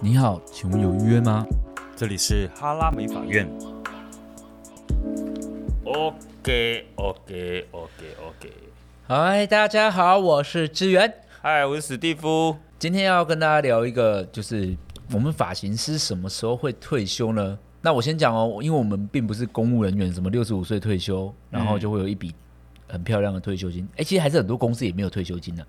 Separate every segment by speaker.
Speaker 1: 你好，请问有预约吗？
Speaker 2: 这里是哈拉美法院。OK OK OK OK。
Speaker 1: 嗨，大家好，我是志源。
Speaker 2: 嗨，我是史蒂夫。
Speaker 1: 今天要跟大家聊一个，就是我们发型师什么时候会退休呢？那我先讲哦，因为我们并不是公务人员，什么六十五岁退休，然后就会有一笔很漂亮的退休金。哎、其实还是很多公司也没有退休金的、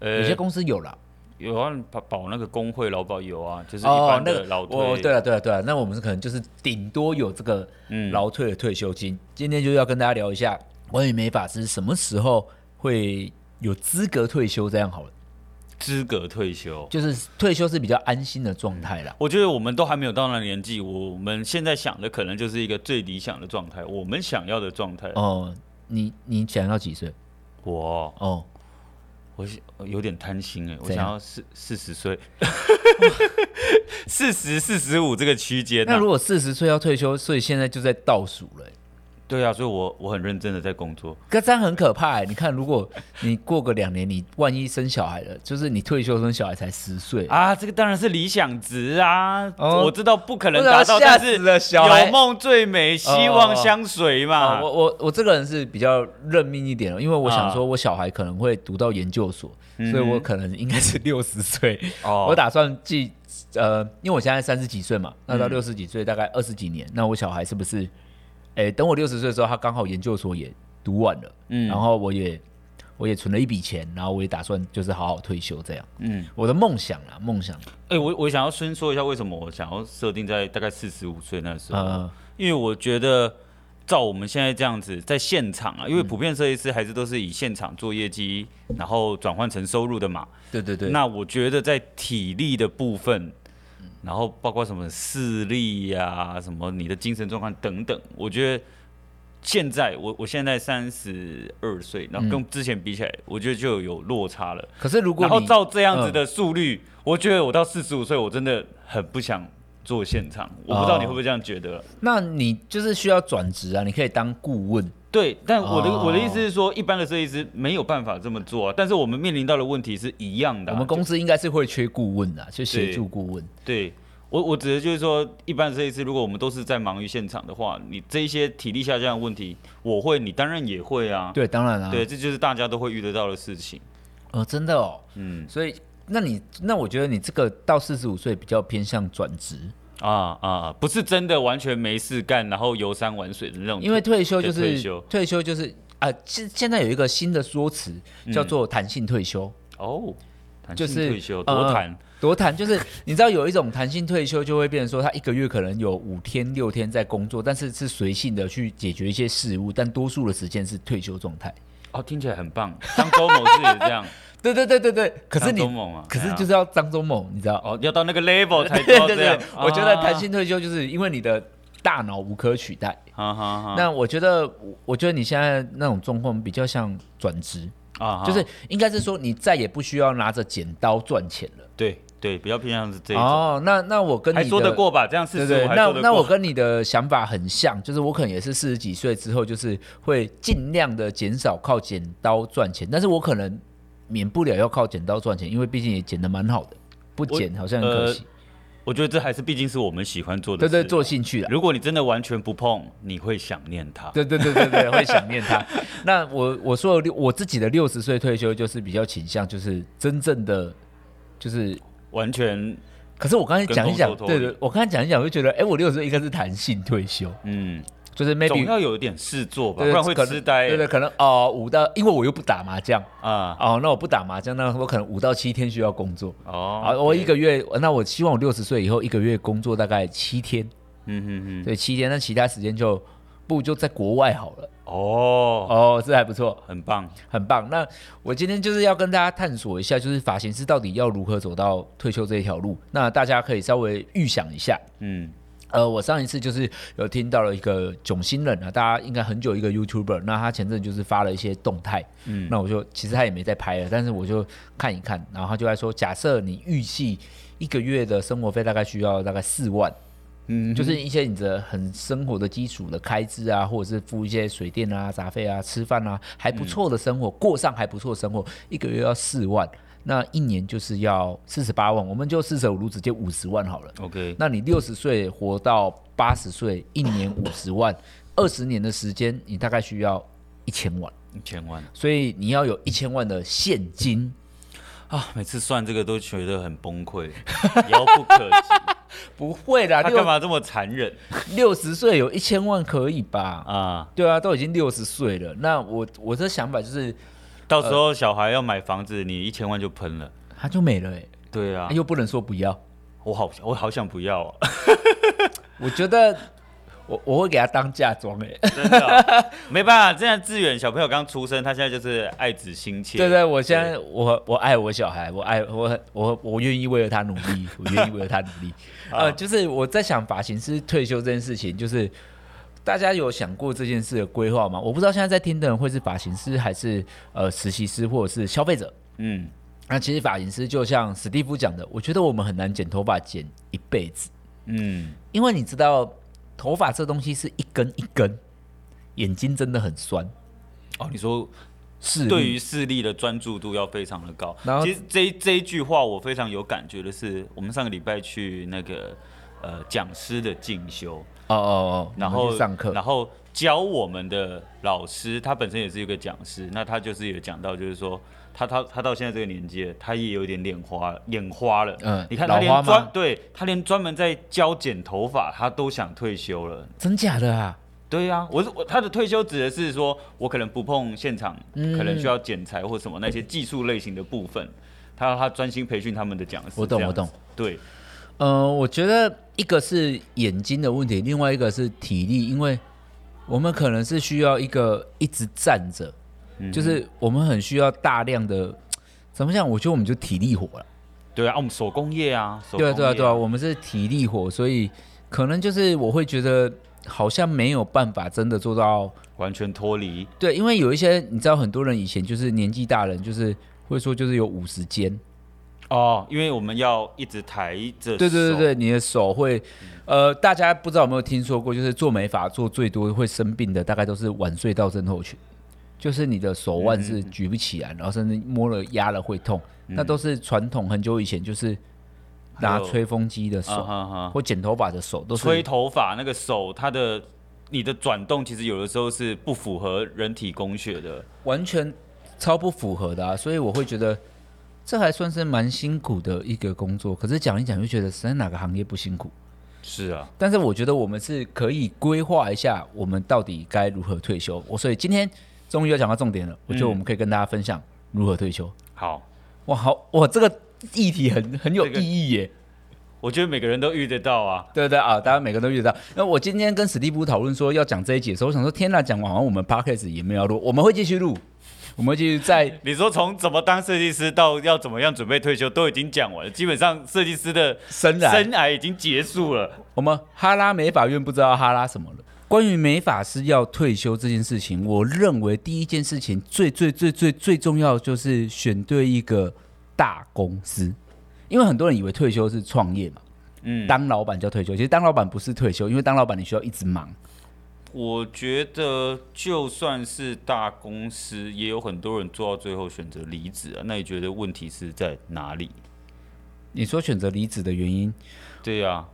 Speaker 2: 呃
Speaker 1: 有些公司有啦。
Speaker 2: 有啊，保保那个工会劳保有啊，就是一般
Speaker 1: 那
Speaker 2: 的
Speaker 1: 个
Speaker 2: 老退。
Speaker 1: 哦，对了，对了，对了，那我们是可能就是顶多有这个
Speaker 2: 嗯
Speaker 1: 劳退的退休金。今天就要跟大家聊一下关于美发师什么时候会有资格退休，这样好了，
Speaker 2: 资格退休。
Speaker 1: 就是退休是比较安心的状态啦。
Speaker 2: 我觉得我们都还没有到那年纪，我们现在想的可能就是一个最理想的状态，我们想要的状态。
Speaker 1: 哦，你你想要几岁？
Speaker 2: 我
Speaker 1: 哦，
Speaker 2: 我有点贪心哎、我
Speaker 1: 怎样
Speaker 2: 想要四四十岁， 四十四十五这个区间、
Speaker 1: 那
Speaker 2: 啊
Speaker 1: 如。果四十岁要退休，所以现在就在倒数了、欸。
Speaker 2: 对啊，所以我我很认真的在工作。
Speaker 1: 可这样很可怕、欸。你看，如果你过个两年，你万一生小孩了，就是你退休生小孩才十岁，
Speaker 2: 啊，这个当然是理想值啊！
Speaker 1: 哦
Speaker 2: 我知道不可能
Speaker 1: 不然
Speaker 2: 达到，
Speaker 1: 吓
Speaker 2: 但
Speaker 1: 死
Speaker 2: 是
Speaker 1: 了小孩
Speaker 2: 有梦最美，希望相随嘛。
Speaker 1: 啊，我我我这个人是比较认命一点的，因为我想说，我小孩可能会读到研究所，所以我可能应该是六十岁。
Speaker 2: 哦
Speaker 1: 我打算记，呃，因为我现在三十几岁嘛，那到
Speaker 2: 嗯
Speaker 1: 六十几岁大概二十几年，那我小孩是不是？哎、等我六十岁的时候，他刚好研究所也读完了，
Speaker 2: 嗯
Speaker 1: 然后我也我也存了一笔钱，然后我也打算就是好好退休这样。
Speaker 2: 嗯，
Speaker 1: 我的梦想啦，梦想，
Speaker 2: 哎、我我想要先说一下为什么我想要设定在大概四十五岁那时候，
Speaker 1: 呃，
Speaker 2: 因为我觉得照我们现在这样子在现场啊，因
Speaker 1: 嗯
Speaker 2: 为普遍设计师还是都是以现场做业绩，然后转换成收入的嘛。
Speaker 1: 对对对，
Speaker 2: 那我觉得在体力的部分，然后包括什么视力呀、什么你的精神状况等等，我觉得现在我我现在三十二岁，然后跟之前比起来，我觉得就有落差了。
Speaker 1: 可是如果
Speaker 2: 然后
Speaker 1: 你
Speaker 2: 照这样子的速率，我觉得我到四十五岁，我真的很不想做现场。我不知道
Speaker 1: 哦
Speaker 2: 你会不会这样觉得。
Speaker 1: 那你就是需要转职啊，你可以当顾问。
Speaker 2: 对，但我的、
Speaker 1: 哦
Speaker 2: 我的意思是说，一般的设计师没有办法这么做、啊，但是我们面临到的问题是一样的啊、
Speaker 1: 我们公司应该是会缺顾问啊，就协
Speaker 2: 对
Speaker 1: 助顾问。
Speaker 2: 对我，我指的就是说，一般设计师，如果我们都是在忙于现场的话，你这一些体力下降的问题，我会，你当然也会啊。
Speaker 1: 对，当然啦、
Speaker 2: 对，，这就是大家都会遇得到的事情。
Speaker 1: 哦，真的哦。
Speaker 2: 嗯
Speaker 1: 所以，那你那我觉得你这个到四十五岁比较偏向转职，
Speaker 2: 啊啊，不是真的完全没事干，然后游山玩水的那种。
Speaker 1: 因为退休就是
Speaker 2: 对退休
Speaker 1: 退休就是啊，现、现在有一个新的说辞叫做弹性退休，
Speaker 2: 哦，弹
Speaker 1: 就
Speaker 2: 性
Speaker 1: 是呃
Speaker 2: 退休多谈、
Speaker 1: 多弹就是你知道有一种弹性退休就会变成说他一个月可能有五天六天在工作，但是是随性的去解决一些事务，但多数的时间是退休状态。
Speaker 2: 哦，听起来很棒。张周某是也这样，
Speaker 1: 对对对对对， 可是你
Speaker 2: 张忠谋啊
Speaker 1: 可
Speaker 2: 哎
Speaker 1: 是
Speaker 2: 呀
Speaker 1: 就是要张忠谋，你知道
Speaker 2: 哦，要到那个 level 才知
Speaker 1: 对
Speaker 2: 道
Speaker 1: 对
Speaker 2: 这样
Speaker 1: 对。，我觉得
Speaker 2: 啊
Speaker 1: 弹，性退休就是因为你的大脑无可取代。
Speaker 2: 哈哈哈，
Speaker 1: 那我觉得，我我觉得你现在那种状况比较像转职，
Speaker 2: 啊哈
Speaker 1: 就是应该是说你再也不需要拿着剪刀赚钱了。
Speaker 2: 对对，比较偏向是这一种，
Speaker 1: 哦，那那我跟你
Speaker 2: 还
Speaker 1: 的
Speaker 2: 说得过吧？这样四
Speaker 1: 对
Speaker 2: 十
Speaker 1: 对，
Speaker 2: 五还
Speaker 1: 那
Speaker 2: 说得过。
Speaker 1: 那我跟你的想法很像，就是我可能也是四十几岁之后，就是会尽量的减少靠剪刀赚钱，但是我可能免不了要靠剪刀赚钱，因为毕竟也剪得蛮好的，不剪好像很可
Speaker 2: 呃
Speaker 1: 惜。
Speaker 2: 我觉得这还是毕竟是我们喜欢做的
Speaker 1: 对
Speaker 2: 事。
Speaker 1: 对，做兴趣啦。
Speaker 2: 如果你真的完全不碰，你会想念它。
Speaker 1: 对对对对对，会想念他。那我我说的六我自己的六十岁退休，就是比较倾向就是真正的就是。
Speaker 2: 完全，
Speaker 1: 可是我刚才讲一讲，
Speaker 2: 跟工作
Speaker 1: 对
Speaker 2: 脱
Speaker 1: 对
Speaker 2: 离，
Speaker 1: 我刚才讲一讲，我就觉得，哎、我六十岁应该是弹性退休，
Speaker 2: 嗯，
Speaker 1: 就是
Speaker 2: 总
Speaker 1: maybe
Speaker 2: 要有一点事做吧，
Speaker 1: 对
Speaker 2: 不
Speaker 1: 对
Speaker 2: 然会
Speaker 1: 可能
Speaker 2: 痴呆
Speaker 1: 对对，可能哦，五到，因为我又不打麻将，
Speaker 2: 啊。
Speaker 1: 哦，那我不打麻将，那我可能五到七天需要工作，
Speaker 2: 哦
Speaker 1: 啊，我一，个月，那我希望我六十岁以后一个月工作大概七天，
Speaker 2: 嗯嗯嗯，
Speaker 1: 对，七天，那其他时间就不如就在国外好了，
Speaker 2: 哦，
Speaker 1: 哦，这还不错，
Speaker 2: 很棒，
Speaker 1: 很棒。那我今天就是要跟大家探索一下，就是发型师到底要如何走到退休这一条路。那大家可以稍微预想一下。
Speaker 2: 嗯
Speaker 1: 呃，我上一次就是有听到了一个囧星人啊，大家应该很久一个 YouTuber，那他前阵就是发了一些动态，
Speaker 2: 嗯
Speaker 1: 那我就其实他也没在拍了，但是我就看一看，然后他就在说，假设你预计一个月的生活费大概需要大概四万，
Speaker 2: 嗯，
Speaker 1: 就是一些你的很生活的基础的开支啊，或者是付一些水
Speaker 2: 嗯
Speaker 1: 电啊、杂费啊、吃饭啊，还不错的生活，过上还不错的生活，一个月要四万。那一年就是要四十八万，我们就四舍五入直接五十万好了。
Speaker 2: OK，
Speaker 1: 那你六十岁活到八十岁，一年五十万，二十年的时间，你大概需要一千万，
Speaker 2: 一千万
Speaker 1: 所以你要有一千万的现金。
Speaker 2: 啊！每次算这个都觉得很 崩溃，遥不可
Speaker 1: 啊
Speaker 2: 及。
Speaker 1: 不会啦，
Speaker 2: 他干
Speaker 1: 六
Speaker 2: 嘛这么残忍
Speaker 1: 六十岁有一千万可以吧？
Speaker 2: 啊？
Speaker 1: 对啊，都已经六十岁了。那我我的想法就是，
Speaker 2: 到时候小孩要买房子，你一千万就喷了。
Speaker 1: 他就没了、欸，
Speaker 2: 对啊，
Speaker 1: 又不能说不要。
Speaker 2: 我好我好想不要、啊，
Speaker 1: 我觉得我我会给他当嫁妆、欸，哎，
Speaker 2: 真的啊、 没办法。这样志远小朋友刚出生，他现在就是爱子心切。
Speaker 1: 对对，我现在我我爱我小孩，我爱我我我愿意为了他努力，我愿意为了他努 力。呃，就是我在想发型师退休这件事情，就是大家有想过这件事的规划吗？我不知道现在在听的人会是发型师，还是呃实习师，或者是消费者。
Speaker 2: 嗯，
Speaker 1: 那其实发型师就像史蒂夫讲的，我觉得我们很难剪头发剪一辈子，
Speaker 2: 嗯，
Speaker 1: 因为你知道头发这东西是一根一根，眼睛真的很酸，
Speaker 2: 哦，你说
Speaker 1: 是
Speaker 2: 对于视力的专注度要非常的高
Speaker 1: 嗯然。后
Speaker 2: 其实这一这一句话我非常有感觉的是，我们上个礼拜去那个呃讲师的进修，
Speaker 1: 哦哦哦，
Speaker 2: 然
Speaker 1: 我们
Speaker 2: 后
Speaker 1: 去上课，
Speaker 2: 然后教我们的老师，他本身也是一个讲师，那他就是有讲到，就是说他他他到现在这个年纪了，他也有点脸花眼花了。
Speaker 1: 嗯
Speaker 2: 你看
Speaker 1: 老
Speaker 2: 他
Speaker 1: 花
Speaker 2: 连
Speaker 1: 吗
Speaker 2: 专对他连专门在教剪头发，他都想退休了。
Speaker 1: 真假的啊？
Speaker 2: 对呀、我是我他的退休指的是说，我可能不碰现场，
Speaker 1: 嗯
Speaker 2: 可能需要剪裁或什么那些技术类型的部分，他让他专心培训他们的讲师。
Speaker 1: 我懂
Speaker 2: 这样子
Speaker 1: 我懂。
Speaker 2: 对，
Speaker 1: 呃，我觉得一个是眼睛的问题，另外一个是体力，因为我们可能是需要一个一直站着，就是我们很需要大量的，怎么讲？我觉得我们就体力活了。
Speaker 2: 对啊，我们手工业啊，手工
Speaker 1: 对
Speaker 2: 业
Speaker 1: 啊，对啊，对啊，我们是体力活，所以可能就是我会觉得好像没有办法真的做到
Speaker 2: 完全脱离，
Speaker 1: 对，因为有一些你知道，很多人以前就是年纪大人，就是会说就是有五十肩，
Speaker 2: 哦，因为我们要一直抬着手，嗯
Speaker 1: 对对对对，你的手会，呃，大家不知道有没有听说过，就是做美发做最多会生病的，大概都是晚睡到症候群，就是你的手腕
Speaker 2: 嗯
Speaker 1: 是举不起来，然后甚至摸了压了会痛，那都是传统很久以前就是拿
Speaker 2: 还有
Speaker 1: 吹风机的手、
Speaker 2: 啊哈哈
Speaker 1: 或剪头发的手都是
Speaker 2: 吹头发那个手，它的你的转动其实有的时候是不符合人体工学的，
Speaker 1: 完全超不符合的啊，所以我会觉得这还算是蛮辛苦的一个工作。可是讲一讲就觉得，实在哪个行业不辛苦？
Speaker 2: 是啊，
Speaker 1: 但是我觉得我们是可以规划一下，我们到底该如何退休。我所以今天终于要讲到重点了，我觉得我们可以跟大家分享如何退休。
Speaker 2: 好。
Speaker 1: 哇，好哇，这个议题很很有
Speaker 2: 这个
Speaker 1: 意义耶。
Speaker 2: 我觉得每个人都遇得到啊，
Speaker 1: 对对啊，大家每个人都遇得到。那我今天跟史蒂夫讨论说要讲这一节的时候，我想说天呐，讲完我们 podcast 也没有要录，我们会继续录，我们会继续在
Speaker 2: 你说从怎么当设计师到要怎么样准备退休，都已经讲完了。基本上设计师的
Speaker 1: 深染
Speaker 2: 生涯已经结束了。
Speaker 1: 我们哈拉美法院不知道哈拉什么了。关于美法师要退休这件事情，我认为第一件事情最最最最最重要就是选对一个大公司，因为很多人以为退休是创业嘛，
Speaker 2: 嗯，
Speaker 1: 当老板叫退休，其实当老板不是退休，因为当老板你需要一直忙，
Speaker 2: 我觉得就算是大公司，也有很多人做到最后选择离职啊。那你觉得问题是在哪里？
Speaker 1: 你说选择离职的原因，
Speaker 2: 对呀、啊，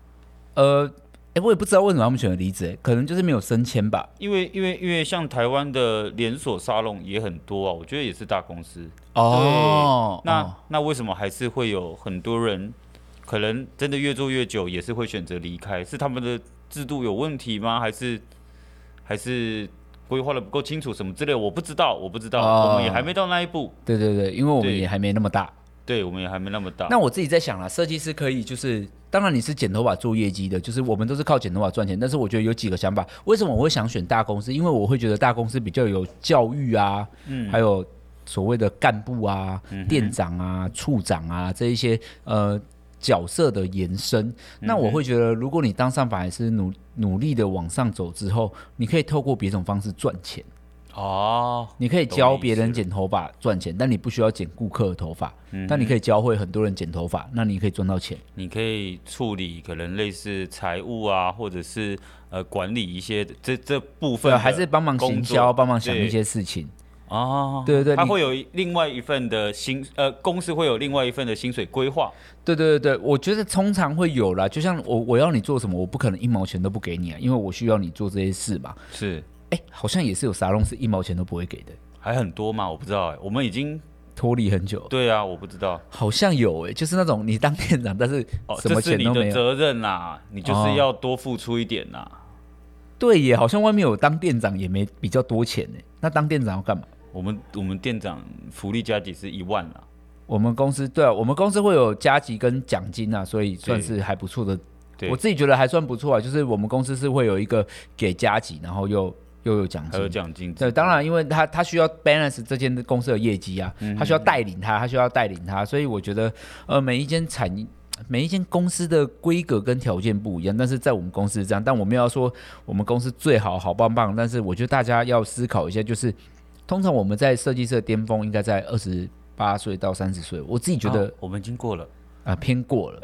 Speaker 1: 呃，哎，我也不知道为什么他们选择离职，诶可能就是没有升迁吧。
Speaker 2: 因为因为因为像台湾的连锁沙龙也很多啊，我觉得也是大公司。
Speaker 1: 哦，
Speaker 2: 那、
Speaker 1: 哦
Speaker 2: 那为什么还是会有很多人可能真的越做越久，也是会选择离开？是他们的制度有问题吗？还是还是规划的不够清楚什么之类的？我不知道，我不知道，
Speaker 1: 哦
Speaker 2: 我们也还没到那一步。
Speaker 1: 对对对，因为我们
Speaker 2: 对
Speaker 1: 也还没那么大。
Speaker 2: 对，我们也还没那么大。
Speaker 1: 那我自己在想啦，设计师可以就是，当然你是剪头发做业绩的，就是我们都是靠剪头发赚钱。但是我觉得有几个想法，为什么我会想选大公司？因为我会觉得大公司比较有教育啊，还有所谓的干部啊、店长啊、处长啊这一些呃角色的延伸。那我会觉得，如果你当上法医师努努力的往上走之后，你可以透过别种方式赚钱。
Speaker 2: 哦，
Speaker 1: 你可以
Speaker 2: 懂
Speaker 1: 教
Speaker 2: 你意
Speaker 1: 别
Speaker 2: 思
Speaker 1: 人
Speaker 2: 了
Speaker 1: 剪头发赚钱，但你不需要剪顾客的头发，但你可以教会很多人剪头发，那你可以赚到钱。
Speaker 2: 你可以处理可能类似财务啊，或者是呃管理一些这这部分
Speaker 1: 对，啊
Speaker 2: 的
Speaker 1: 还是帮忙行
Speaker 2: 工作
Speaker 1: 销，帮忙想
Speaker 2: 对
Speaker 1: 一些事情。
Speaker 2: 哦，
Speaker 1: 对对对
Speaker 2: 他
Speaker 1: 你
Speaker 2: 会有一另外一份的薪，呃，公司会有另外一份的薪水规划，
Speaker 1: 对对对对，我觉得通常会有啦。就像我我要你做什么，我不可能一毛钱都不给你啊，因为我需要你做这些事嘛。
Speaker 2: 是
Speaker 1: 哎，好像也是有沙龙是一毛钱都不会给的，
Speaker 2: 还很多嘛？我不知道哎、我们已经
Speaker 1: 脱离很久，
Speaker 2: 对啊，我不知道
Speaker 1: 好像有哎、就是那种你当店长，但是
Speaker 2: 哦，
Speaker 1: 什么
Speaker 2: 这是
Speaker 1: 钱
Speaker 2: 你
Speaker 1: 都没
Speaker 2: 的
Speaker 1: 有。
Speaker 2: 责任啦，你就是
Speaker 1: 哦
Speaker 2: 要多付出一点啊啦。
Speaker 1: 对耶，好像外面有当店长也没比较多钱呢。那当店长要干嘛？
Speaker 2: 我们我们店长福利加级是一万啊啦，
Speaker 1: 我们公司对啊，我们公司会有加急跟奖金啊，所以算是还不错的。
Speaker 2: 对
Speaker 1: 我自己觉得还算不错啊，就是我们公司是会有一个给加急，然后又又有奖
Speaker 2: 还有
Speaker 1: 金。
Speaker 2: 奖金。
Speaker 1: 嗯对，当然，因为他他需要 balance 这间公司的业绩啊，他需要带领他，他需要带领他，所以我觉得，呃，每一间产业。每一间公司的规格跟条件不一样，但是在我们公司是这样。但我们要说我们公司最好好棒棒，但是我觉得大家要思考一下，就是通常我们在设计社巅峰应该在二十八岁到三十岁，我自己觉得
Speaker 2: 哦我们已经过了，
Speaker 1: 啊、呃偏过了，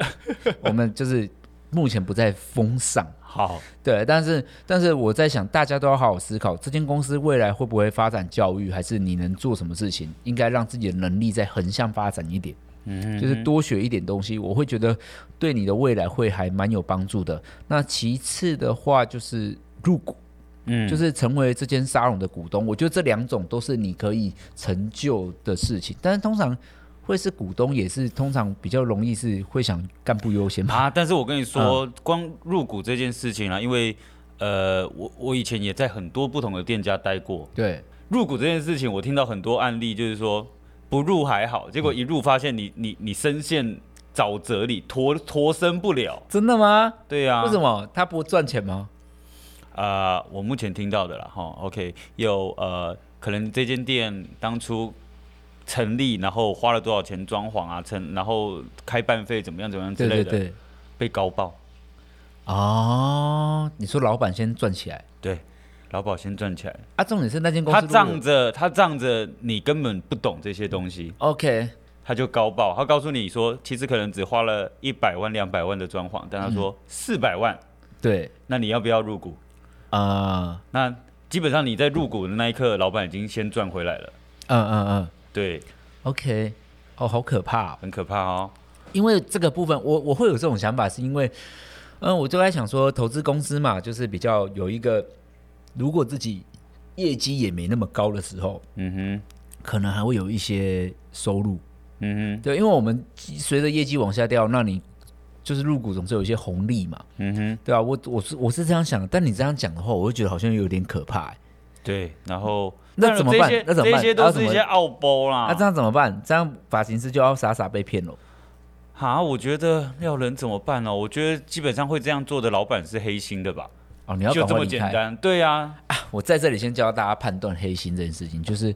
Speaker 1: 我们就是目前不在风尚。
Speaker 2: 好，
Speaker 1: 对，但是但是我在想，大家都要好好思考，这间公司未来会不会发展教育，还是你能做什么事情，应该让自己的能力再横向发展一点，
Speaker 2: 嗯
Speaker 1: 就是多学一点东西，我会觉得对你的未来会还蛮有帮助的。那其次的话就是入股，
Speaker 2: 嗯
Speaker 1: 就是成为这间沙龙的股东，我觉得这两种都是你可以成就的事情，但是通常会是股东，也是通常比较容易是会想干部优先吧。
Speaker 2: 啊，但是我跟你说，
Speaker 1: 嗯
Speaker 2: 光入股这件事情啊，因为呃，我我以前也在很多不同的店家待过，
Speaker 1: 对，
Speaker 2: 入股这件事情，我听到很多案例，就是说不入还好，结果一入发现你你你深陷沼泽里，脱脱身不了。
Speaker 1: 真的吗？
Speaker 2: 对呀、啊，
Speaker 1: 为什？么他不赚钱吗？
Speaker 2: 呃，我目前听到的啦，哈，OK，有呃，可能这间店当初成立，然后花了多少钱装潢啊，成然后开办费怎么样怎么样之
Speaker 1: 对对
Speaker 2: 类的，
Speaker 1: 对，
Speaker 2: 被高报，
Speaker 1: 哦，你说老板先赚起来
Speaker 2: 对，劳保先赚起来，
Speaker 1: 啊？重点是那间公司
Speaker 2: 他
Speaker 1: 如果
Speaker 2: 仗着他仗着你根本不懂这些东西，
Speaker 1: OK，
Speaker 2: 他就高报，他告诉你说，其实可能只花了一百万、两百万的装潢，但他说
Speaker 1: 嗯
Speaker 2: 四百万，
Speaker 1: 对
Speaker 2: 那你要不要入股？
Speaker 1: 啊，
Speaker 2: 那基本上你在入股的那一刻，老板已经先赚回来了，
Speaker 1: 嗯嗯嗯
Speaker 2: 对，
Speaker 1: ，OK，哦，好可怕、哦，
Speaker 2: 很可怕哦。
Speaker 1: 因为这个部分，我我会有这种想法，是因为，嗯，我就在想说，投资公司嘛，就是比较有一个，如果自己业绩也没那么高的时候，
Speaker 2: 嗯
Speaker 1: 可能还会有一些收入，
Speaker 2: 哼，嗯哼，
Speaker 1: 对，因为我们随着业绩往下掉，那你就是入股总是有一些红利嘛，
Speaker 2: 嗯哼，
Speaker 1: 对啊，我我是我是这样想的，但你这样讲的话，我会觉得好像有点可怕欸、
Speaker 2: 对。然后
Speaker 1: 那
Speaker 2: 当然
Speaker 1: 怎么办
Speaker 2: 这些
Speaker 1: 那怎么办
Speaker 2: 这些
Speaker 1: 那
Speaker 2: 都
Speaker 1: 怎
Speaker 2: 是
Speaker 1: 么
Speaker 2: 一些奥
Speaker 1: 那、
Speaker 2: 包啦。
Speaker 1: 啊这样怎么办？这样发型师就要傻傻被骗了。
Speaker 2: 啊，我觉得要人怎么办哦？我觉得基本上会这样做的老板是黑心的吧，
Speaker 1: 哦，你要
Speaker 2: 就
Speaker 1: 赶
Speaker 2: 这
Speaker 1: 快
Speaker 2: 么
Speaker 1: 离
Speaker 2: 简
Speaker 1: 开。
Speaker 2: 单。对啊，
Speaker 1: 我在这里先教大家判断黑心这件事情，就是，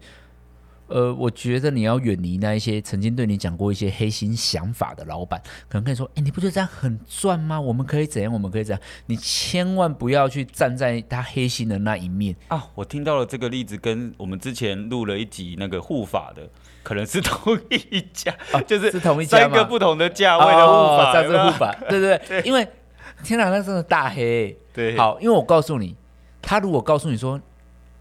Speaker 1: 呃，我觉得你要远离那一些曾经对你讲过一些黑心想法的老板，可能跟你说，哎、你不觉得这样很赚吗？我们可以怎样？我们可以怎样？你千万不要去站在他黑心的那一面。
Speaker 2: 啊，我听到了这个例子，跟我们之前录了一集那个护法的，可能是同一家，就是
Speaker 1: 哦是同一家
Speaker 2: 三个
Speaker 1: 吗
Speaker 2: 不同的价位的护法，
Speaker 1: 哦、
Speaker 2: 有
Speaker 1: 这
Speaker 2: 没有
Speaker 1: 护法，对对 对，因为天哪，那真的大黑欸、
Speaker 2: 对，，
Speaker 1: 好，因为我告诉你，他如果告诉你说，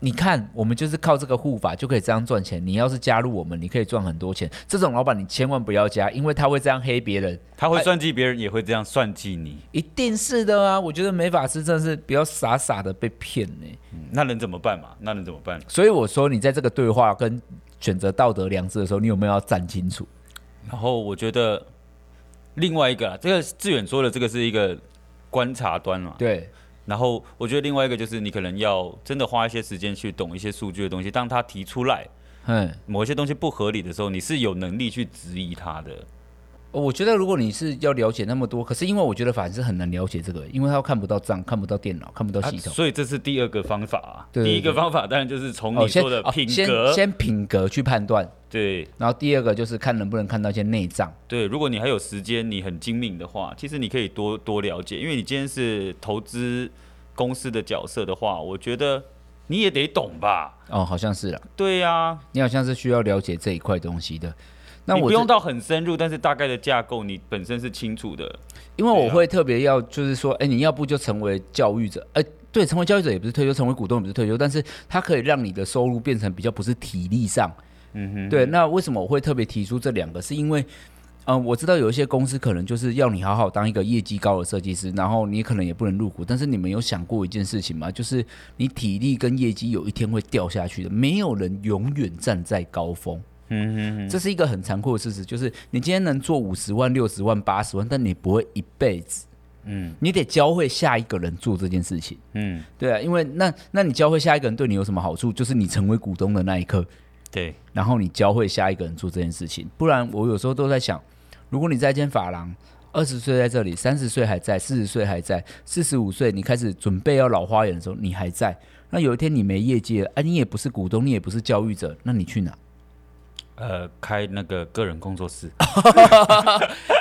Speaker 1: 你看我们就是靠这个护法就可以这样赚钱，你要是加入我们，你可以赚很多钱。这种老板你千万不要加，因为他会这样黑别人，
Speaker 2: 他会算计别人，也会这样算计你，
Speaker 1: 一定是的啊！我觉得美法师真的是不要傻傻的被骗呢、
Speaker 2: 嗯那能怎么办嘛？那能怎么办？
Speaker 1: 所以我说，你在这个对话跟选择道德良知的时候，你有没有要站清楚？
Speaker 2: 然后我觉得另外一个啊，这个志远说的这个是一个观察端嘛，
Speaker 1: 对，
Speaker 2: 然后我觉得另外一个就是你可能要真的花一些时间去懂一些数据的东西，当他提出来
Speaker 1: 嗯。
Speaker 2: 某一些东西不合理的时候，你是有能力去质疑他的。
Speaker 1: 我觉得如果你是要了解那么多，可是因为我觉得法师很难了解这个，因为他看不到账，看不到电脑，看不到系统
Speaker 2: 啊。所以这是第二个方法啊。
Speaker 1: 对对对
Speaker 2: 第一个方法当然就是从
Speaker 1: 哦，
Speaker 2: 你
Speaker 1: 先
Speaker 2: 说的
Speaker 1: 哦
Speaker 2: 品
Speaker 1: 先
Speaker 2: 格，
Speaker 1: 先品格去判断，
Speaker 2: 对
Speaker 1: 然后第二个就是看能不能看到一些内脏。
Speaker 2: 对。如果你还有时间，你很精明的话，其实你可以多多了解，因为你今天是投资公司的角色的话，我觉得你也得懂吧？
Speaker 1: 哦，好像是了，
Speaker 2: 对呀、啊，
Speaker 1: 你好像是需要了解这一块东西的。那
Speaker 2: 你
Speaker 1: 我
Speaker 2: 不
Speaker 1: 是
Speaker 2: 用到很深入，但是大概的架构你本身是清楚的。
Speaker 1: 因为我
Speaker 2: 对啊
Speaker 1: 会特别要，就是说，哎、你要不就成为教育者，哎、对，成为交易者也不是退休，成为股东也不是退休，但是它可以让你的收入变成比较不是体力上。
Speaker 2: 嗯哼，
Speaker 1: 对，那为什么我会特别提出这两个？是因为，嗯、我知道有一些公司可能就是要你好好当一个业绩高的设计师，然后你可能也不能入股。但是你们有想过一件事情吗？就是你体力跟业绩有一天会掉下去的，没有人永远站在高峰。
Speaker 2: 嗯哼哼，
Speaker 1: 这是一个很残酷的事实，就是你今天能做五十万、六十万、八十万，但你不会一辈子，
Speaker 2: 嗯
Speaker 1: 你得教会下一个人做这件事情。
Speaker 2: 嗯，
Speaker 1: 对啊，因为那那你教会下一个人对你有什么好处？就是你成为股东的那一刻，
Speaker 2: 对，
Speaker 1: 然后你教会下一个人做这件事情。不然，我有时候都在想，如果你在一间发廊，二十岁在这里，三十岁还在，四十岁还在，四十五岁你开始准备要老花眼的时候，你还在。那有一天你没业绩了，哎、你也不是股东，你也不是教育者，那你去 哪？
Speaker 2: 呃，开那个个人工 作室，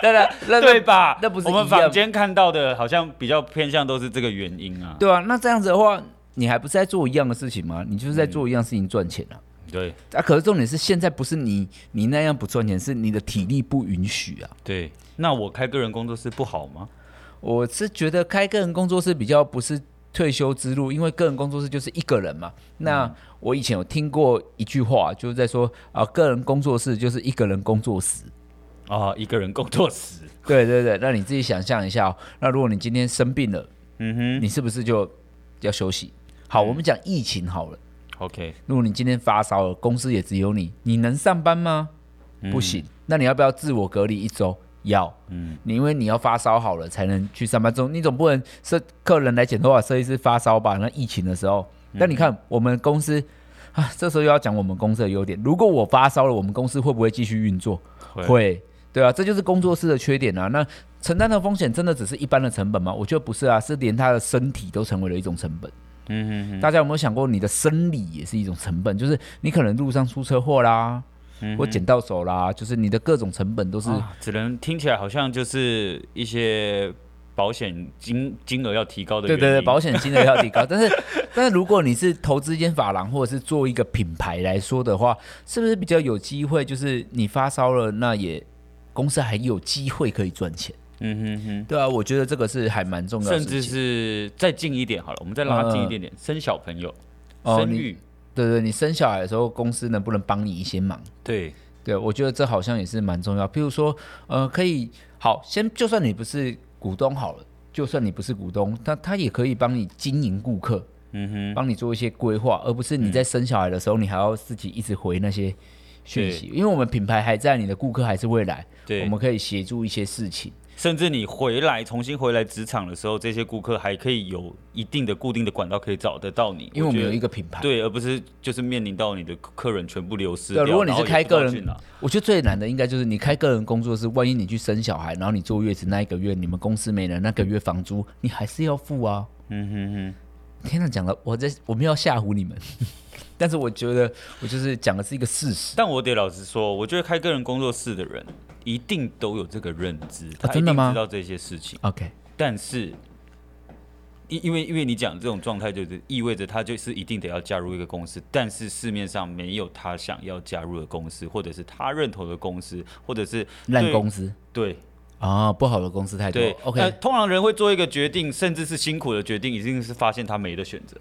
Speaker 1: 当然，那
Speaker 2: 对吧？
Speaker 1: 那不是
Speaker 2: 我
Speaker 1: 一
Speaker 2: 们
Speaker 1: 样
Speaker 2: 坊间看到的，好像比较偏向都是这个原因啊。
Speaker 1: 对啊，那这样子的话，你还不是在做一样的事情吗？你就是在做一样事情赚钱啊。
Speaker 2: 对
Speaker 1: 啊，可是重点是现在不是你你那样不赚钱，是你的体力不允许啊。
Speaker 2: 对，那我开个人工作室不好吗？
Speaker 1: 我是觉得开个人工作室比较不是退休之路，因为个人工作室就是一个人嘛。那我以前有听过一句话，就是在说啊，个人工作室就是一个人工作室。
Speaker 2: 啊、一个人工作室，
Speaker 1: 对对对，那你自己想象一下、哦，那如果你今天生病了，
Speaker 2: 嗯
Speaker 1: 你是不是就要休息？好，我们讲疫情好了。
Speaker 2: 哼，OK，
Speaker 1: 如果你今天发烧了，公司也只有你，你能上班吗？不行。那你要不要自我隔离一周？要，
Speaker 2: 嗯，
Speaker 1: 你因为你要发烧好了才能去上班。总你总不能是客人来剪头发，设计师发烧吧？那疫情的时候，
Speaker 2: 嗯
Speaker 1: 那你看我们公司啊，这时候又要讲我们公司的优点。如果我发烧了，我们公司会不会继续运作？
Speaker 2: 会
Speaker 1: 会，对啊，这就是工作室的缺点啊。那承担的风险真的只是一般的成本吗？我觉得不是啊，是连他的身体都成为了一种成本。
Speaker 2: 嗯
Speaker 1: 大家有没有想过，你的生理也是一种成本？就是你可能路上出车祸啦，
Speaker 2: 嗯
Speaker 1: 或捡到手啦，就是你的各种成本都是、
Speaker 2: 哼，啊只能听起来好像就是一些保险金金额要提高的
Speaker 1: 对
Speaker 2: 原因，
Speaker 1: 对对，保险金额要提高。 但是，但是如果你是投资一间法郎，或者是做一个品牌来说的话，是不是比较有机会？就是你发烧了，那也公司还有机会可以赚钱。
Speaker 2: 嗯哼哼。
Speaker 1: 对啊，我觉得这个是还蛮重要的
Speaker 2: 甚
Speaker 1: 事
Speaker 2: 至
Speaker 1: 情。
Speaker 2: 是再近一点好了，我们再拉近一点点，生小朋友，
Speaker 1: 嗯哦
Speaker 2: 生
Speaker 1: 你
Speaker 2: 育，
Speaker 1: 对对，你生小孩的时候，公司能不能帮你一些忙？
Speaker 2: 对，
Speaker 1: 对，我觉得这好像也是蛮重要。譬如说，呃，可以好先，就算你不是股东好了，就算你不是股东，他他也可以帮你经营顾客，
Speaker 2: 嗯哼，
Speaker 1: 帮你做一些规划，而不是
Speaker 2: 嗯
Speaker 1: 你在生小孩的时候，你还要自己一直回那些讯息。因为我们品牌还在，你的顾客还是会来，我
Speaker 2: 对
Speaker 1: 们，可以协助一些事情。
Speaker 2: 甚至你回来重新回来职场的时候，这些顾客还可以有一定的固定的管道可以找得到你，
Speaker 1: 因为我们有一
Speaker 2: 个
Speaker 1: 个品牌，
Speaker 2: 对，而不是就是面临到你的客人全部流失
Speaker 1: 对
Speaker 2: 掉。
Speaker 1: 啊，如果你
Speaker 2: 然
Speaker 1: 是
Speaker 2: 后也
Speaker 1: 开
Speaker 2: 不知道
Speaker 1: 个
Speaker 2: 去
Speaker 1: 人
Speaker 2: 哪，
Speaker 1: 我觉得最难的应该就是你开个人工作室，万一你去生小孩，然后你坐月子那一个月，你们公司没人，那个月房租你还是要付啊。
Speaker 2: 嗯哼哼，
Speaker 1: 天呐，讲了，我在我没有要吓唬你们， 但是我觉得我就是讲的是一个事实。
Speaker 2: 但我得老实说，我觉得开个人工作室的人一定都有这个认知，他一
Speaker 1: 啊真的
Speaker 2: 定
Speaker 1: 吗
Speaker 2: 知道这些事情。
Speaker 1: OK，
Speaker 2: 但是，因因为因为你讲这种状态，就是意味着他就是一定得要加入一个公司，但是市面上没有他想要加入的公司，或者是他认同的公司，或者是
Speaker 1: 烂
Speaker 2: 对
Speaker 1: 公司
Speaker 2: 对
Speaker 1: 啊、不好的公司太多
Speaker 2: 对。
Speaker 1: OK
Speaker 2: 呃通常人会做一个决定，甚至是辛苦的决定，一定是发现他没得选择。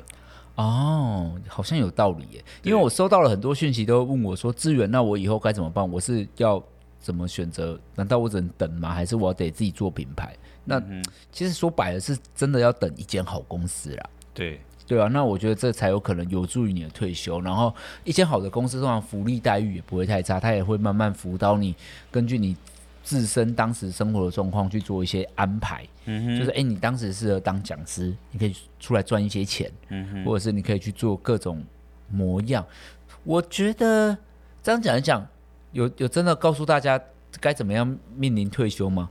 Speaker 1: 哦，好像有道理耶，
Speaker 2: 对
Speaker 1: 因为我收到了很多讯息，都问我说资源，那我以后该怎么办？我是要怎么选择？难道我只能等吗？还是我得自己做品牌？那、其实说白了，是真的要等一间好公司啦。
Speaker 2: 对，
Speaker 1: 对啊，那我觉得这才有可能有助于你的退休。然后，一间好的公司通常福利待遇也不会太差，它也会慢慢辅导你，根据你自身当时生活的状况去做一些安排。
Speaker 2: 嗯
Speaker 1: 就是哎、诶你当时适合当讲师，你可以出来赚一些钱，
Speaker 2: 嗯哼，
Speaker 1: 或者是你可以去做各种模样。我觉得这样讲一讲，有有真的告诉大家该怎么样面临退休吗？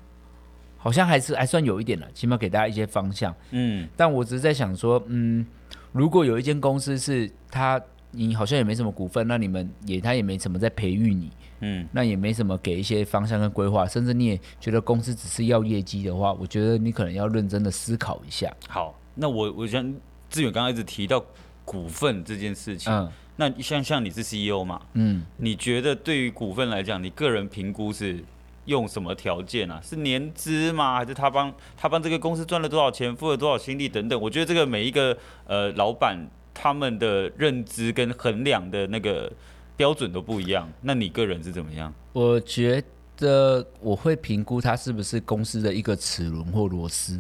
Speaker 1: 好像还是还算有一点了，起码给大家一些方向。
Speaker 2: 嗯，
Speaker 1: 但我只是在想说，嗯，如果有一间公司是它，你好像也没什么股份，那你们也它也没什么在培育你，
Speaker 2: 嗯，
Speaker 1: 那也没什么给一些方向跟规划，甚至你也觉得公司只是要业绩的话，我觉得你可能要认真的思考一下。
Speaker 2: 好，那我我想志远刚刚一直提到股份这件事情，
Speaker 1: 嗯
Speaker 2: 那像像你是 CEO 嘛，
Speaker 1: 嗯，
Speaker 2: 你觉得对于股份来讲，你个人评估是用什么条件啊？是年资吗？还是他帮他帮这个公司赚了多少钱，付了多少心力等等？我觉得这个每一个呃老板他们的认知跟衡量的那个标准都不一样。那你个人是怎么样？
Speaker 1: 我觉得我会评估它是不是公司的一个齿轮或螺丝。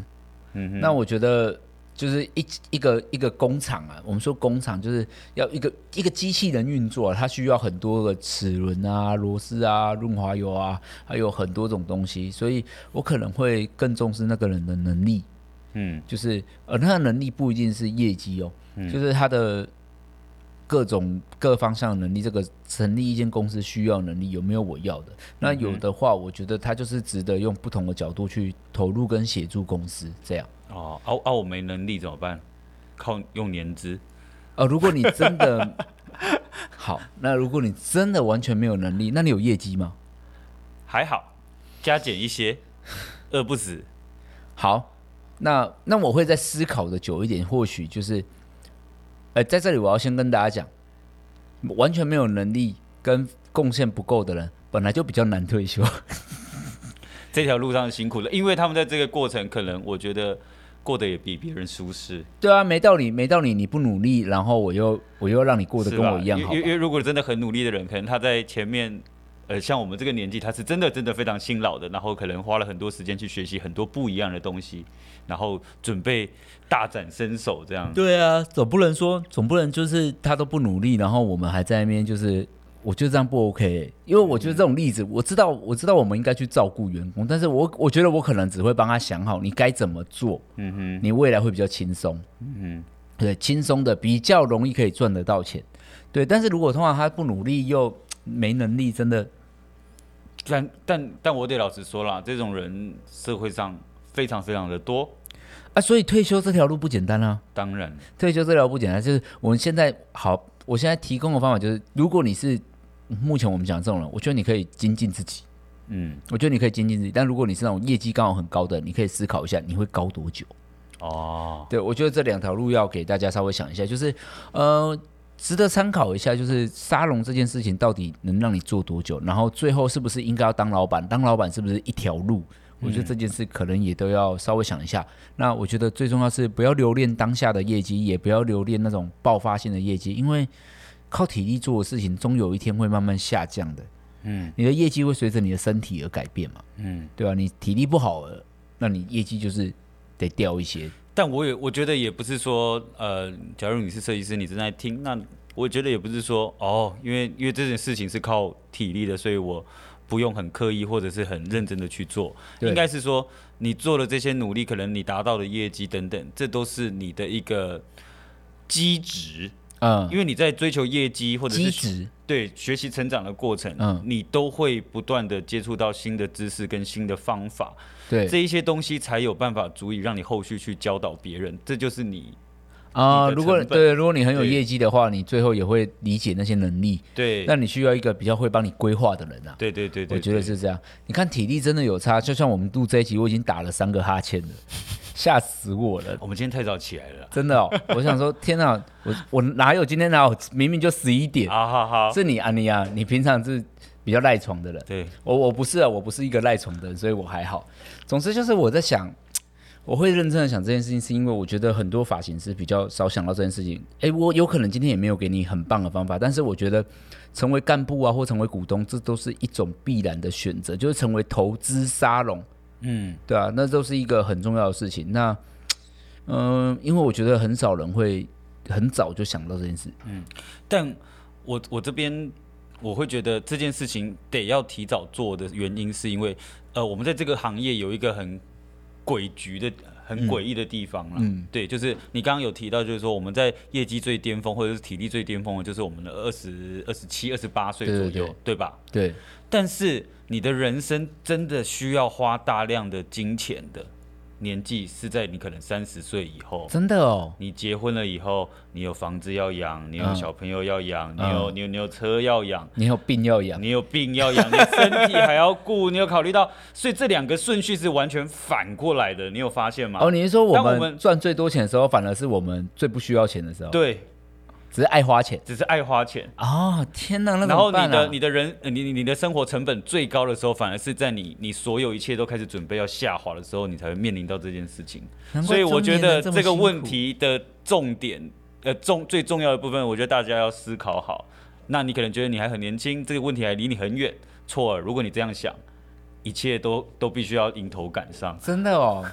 Speaker 2: 嗯哼，
Speaker 1: 那我觉得就是一一个一个工厂啊，我们说工厂就是要一个一个机器人运作、啊，它需要很多个齿轮啊、螺丝啊、润滑油啊，还有很多种东西，所以我可能会更重视那个人的能力，
Speaker 2: 嗯
Speaker 1: 就是呃，他的能力不一定是业绩哦，
Speaker 2: 嗯
Speaker 1: 就是他的各种各方向的能力，这个成立一间公司需要能力有没有我要的？
Speaker 2: 嗯
Speaker 1: 那有的话，我觉得他就是值得用不同的角度去投入跟协助公司这样。
Speaker 2: 哦，啊啊，我没能力怎么办？靠用年资。
Speaker 1: 呃，如果你真 的好，那如果你真的完全没有能力，那你有业绩吗？
Speaker 2: 还好，加减一些，饿不死。
Speaker 1: 好，那那我会再思考的久一点，或许就是，呃，在这里我要先跟大家讲，完全没有能力跟贡献不够的人，本来就比较难退休。
Speaker 2: 这条路上辛苦了，因为他们在这个过程，可能我觉得过得也比别人舒适，
Speaker 1: 对啊，没道理，没道理，你不努力，然后我又我又让你过得
Speaker 2: 是
Speaker 1: 跟
Speaker 2: 吧
Speaker 1: 我一样
Speaker 2: 因
Speaker 1: 好
Speaker 2: 为因
Speaker 1: 吧。
Speaker 2: 为因为如果真的很努力的人，可能他在前面，呃，像我们这个年纪，他是真的真的非常辛劳的，然后可能花了很多时间去学习很多不一样的东西，然后准备大展身手这样。
Speaker 1: 对啊，总不能说，总不能就是他都不努力，然后我们还在那边就是，我觉得这样不 OK，欸因为我觉得这种例子，我知道，我知道我们应该去照顾员工，但是我我觉得我可能只会帮他想好你该怎么做，
Speaker 2: 嗯哼，
Speaker 1: 你未来会比较轻松，
Speaker 2: 嗯
Speaker 1: 对，轻松的比较容易可以赚得到钱，对，但是如果通常他不努力又没能力，真的
Speaker 2: 哼，但但但我得老实说啦，这种人社会上非常非常的多，
Speaker 1: 啊，所以退休这条路不简单啊。
Speaker 2: 当然，
Speaker 1: 退休治疗不简单，就是我们现在好，我现在提供的方法就是，如果你是目前我们讲的这种人，我觉得你可以精进自己，
Speaker 2: 嗯，
Speaker 1: 我觉得你可以精进自己。但如果你是那种业绩刚好很高的，你可以思考一下你会高多久。
Speaker 2: 哦，
Speaker 1: 对我觉得这两条路要给大家稍微想一下，就是呃。值得参考一下，就是沙龙这件事情到底能让你做多久，然后最后是不是应该要当老板？当老板是不是一条路？我
Speaker 2: 嗯
Speaker 1: 觉得这件事可能也都要稍微想一下。那我觉得最重要是不要留恋当下的业绩，也不要留恋那种爆发性的业绩，因为靠体力做的事情，终有一天会慢慢下降的。
Speaker 2: 嗯
Speaker 1: 你的业绩会随着你的身体而改变嘛，
Speaker 2: 嗯。
Speaker 1: 对啊吧、你体力不好了，那你业绩就是得掉一些。
Speaker 2: 但我也我觉得也不是说，呃，假如你是设计师，你正在听，那我觉得也不是说，哦，因为因为这件事情是靠体力的，所以我不用很刻意或者是很认真的去做，
Speaker 1: 对
Speaker 2: 应该是说你做了这些努力，可能你达到的业绩等等，这都是你的一个基值，
Speaker 1: 嗯，
Speaker 2: 因为你在追求业绩或者
Speaker 1: 基
Speaker 2: 是
Speaker 1: 值，
Speaker 2: 对学习成长的过程，
Speaker 1: 嗯
Speaker 2: 你都会不断的接触到新的知识跟新的方法，
Speaker 1: 对
Speaker 2: 这一些东西才有办法足以让你后续去教导别人，这就是你
Speaker 1: 啊、
Speaker 2: 你的
Speaker 1: 如果
Speaker 2: 成本
Speaker 1: 对，如果你很有
Speaker 2: 对
Speaker 1: 业绩的话，你最后也会理解那些能力。
Speaker 2: 对
Speaker 1: 那你需要一个比较会帮你规划的人啊。
Speaker 2: 对对对对，
Speaker 1: 我觉得
Speaker 2: 对
Speaker 1: 是这样。你看体力真的有差，就像我们录这一集，我已经打了三个哈欠了，吓死我了。
Speaker 2: 我们今天太早起来了
Speaker 1: 真的哦，我想说，天哪，我我哪有今天哪有，明明就十一点。
Speaker 2: 啊，好好，
Speaker 1: 是你安妮啊，你平常是比较赖床的人，
Speaker 2: 对，
Speaker 1: 我我不是啊，我不是一个赖床的人，所以我还好。总之就是我在想，我会认真的想这件事情，是因为我觉得很多发型师比较少想到这件事情。诶，我有可能今天也没有给你很棒的方法，但是我觉得成为干部啊，或成为股东，这都是一种必然的选择，就是成为投资沙龙，
Speaker 2: 嗯
Speaker 1: 对啊，那都是一个很重要的事情。那嗯、因为我觉得很少人会很早就想到这件事。
Speaker 2: 但我我这边我会觉得这件事情得要提早做的原因，是因为呃，我们在这个行业有一个很诡局的、很诡异的地方啦。
Speaker 1: 嗯
Speaker 2: 对，就是你刚刚有提到，就是说我们在业绩最巅峰或者是体力最巅峰的，就是我们的二十二十七、二十八岁
Speaker 1: 对
Speaker 2: 左
Speaker 1: 对
Speaker 2: 右，
Speaker 1: 对
Speaker 2: 对吧？
Speaker 1: 对，
Speaker 2: 但是你的人生真的需要花大量的金钱的年纪，是在你可能三十岁以后。
Speaker 1: 真的哦，
Speaker 2: 你结婚了以后，你有房子要养，你有
Speaker 1: 嗯
Speaker 2: 小朋友要养，你
Speaker 1: 嗯
Speaker 2: 有你有你有车要养，
Speaker 1: 你有病要养。
Speaker 2: 你有病要养，你身体还要顾， 你有考虑到，所以这两个顺序是完全反过来的，你有发现吗？
Speaker 1: 哦，你是说我
Speaker 2: 当我
Speaker 1: 们
Speaker 2: 们
Speaker 1: 赚最多钱的时候，反而是我们最不需要钱的时候？，
Speaker 2: 对，
Speaker 1: 只是爱花钱
Speaker 2: 只是爱花钱。
Speaker 1: 哦！天哪，那怎
Speaker 2: 然后
Speaker 1: 么
Speaker 2: 你
Speaker 1: 办
Speaker 2: 的
Speaker 1: 啊
Speaker 2: 你的人呃你你你的生活成本最高的时候，反而是在你你所有一切都开始准备要下滑的时候，你才会面临到这件事情。
Speaker 1: 难怪
Speaker 2: 所以我
Speaker 1: 中
Speaker 2: 觉
Speaker 1: 年
Speaker 2: 得
Speaker 1: 人么
Speaker 2: 这个
Speaker 1: 辛
Speaker 2: 问
Speaker 1: 苦
Speaker 2: 题的重点，呃，重最重要的部分，我觉得大家要思考好。那你可能觉得你还很年轻，这个问题还离你很远，错了。如果你这样想，一切都都必须要迎头赶上。
Speaker 1: 真的哦。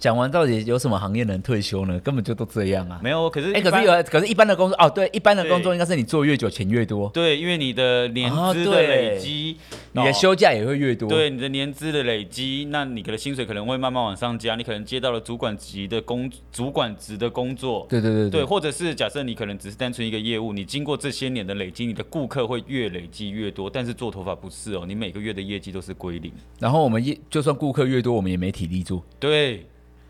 Speaker 1: 讲完到底有什么行业能退休呢？根本就都这样啊。
Speaker 2: 没有，可是
Speaker 1: 哎、
Speaker 2: 一
Speaker 1: 可
Speaker 2: 般
Speaker 1: 是有，可是一般的工作哦，对，一般的工作
Speaker 2: 对
Speaker 1: 应该是你做越久钱越多，
Speaker 2: 对，因为你的年
Speaker 1: 哦
Speaker 2: 资的
Speaker 1: 对
Speaker 2: 累积，
Speaker 1: 你的
Speaker 2: 哦
Speaker 1: 休假也会越多。
Speaker 2: 对你的年资的累积，那你可能薪水可能会慢慢往上加，你可能接到了主管级的工主管职的工作，
Speaker 1: 对对对
Speaker 2: 对，或者是假设你可能只是单纯一个业务，你经过这些年的累积，你的顾客会越累积越多，但是做头发不是哦，你每个月的业绩都是归零，
Speaker 1: 然后我们一就算顾客越多，我们也没体力做。
Speaker 2: 对，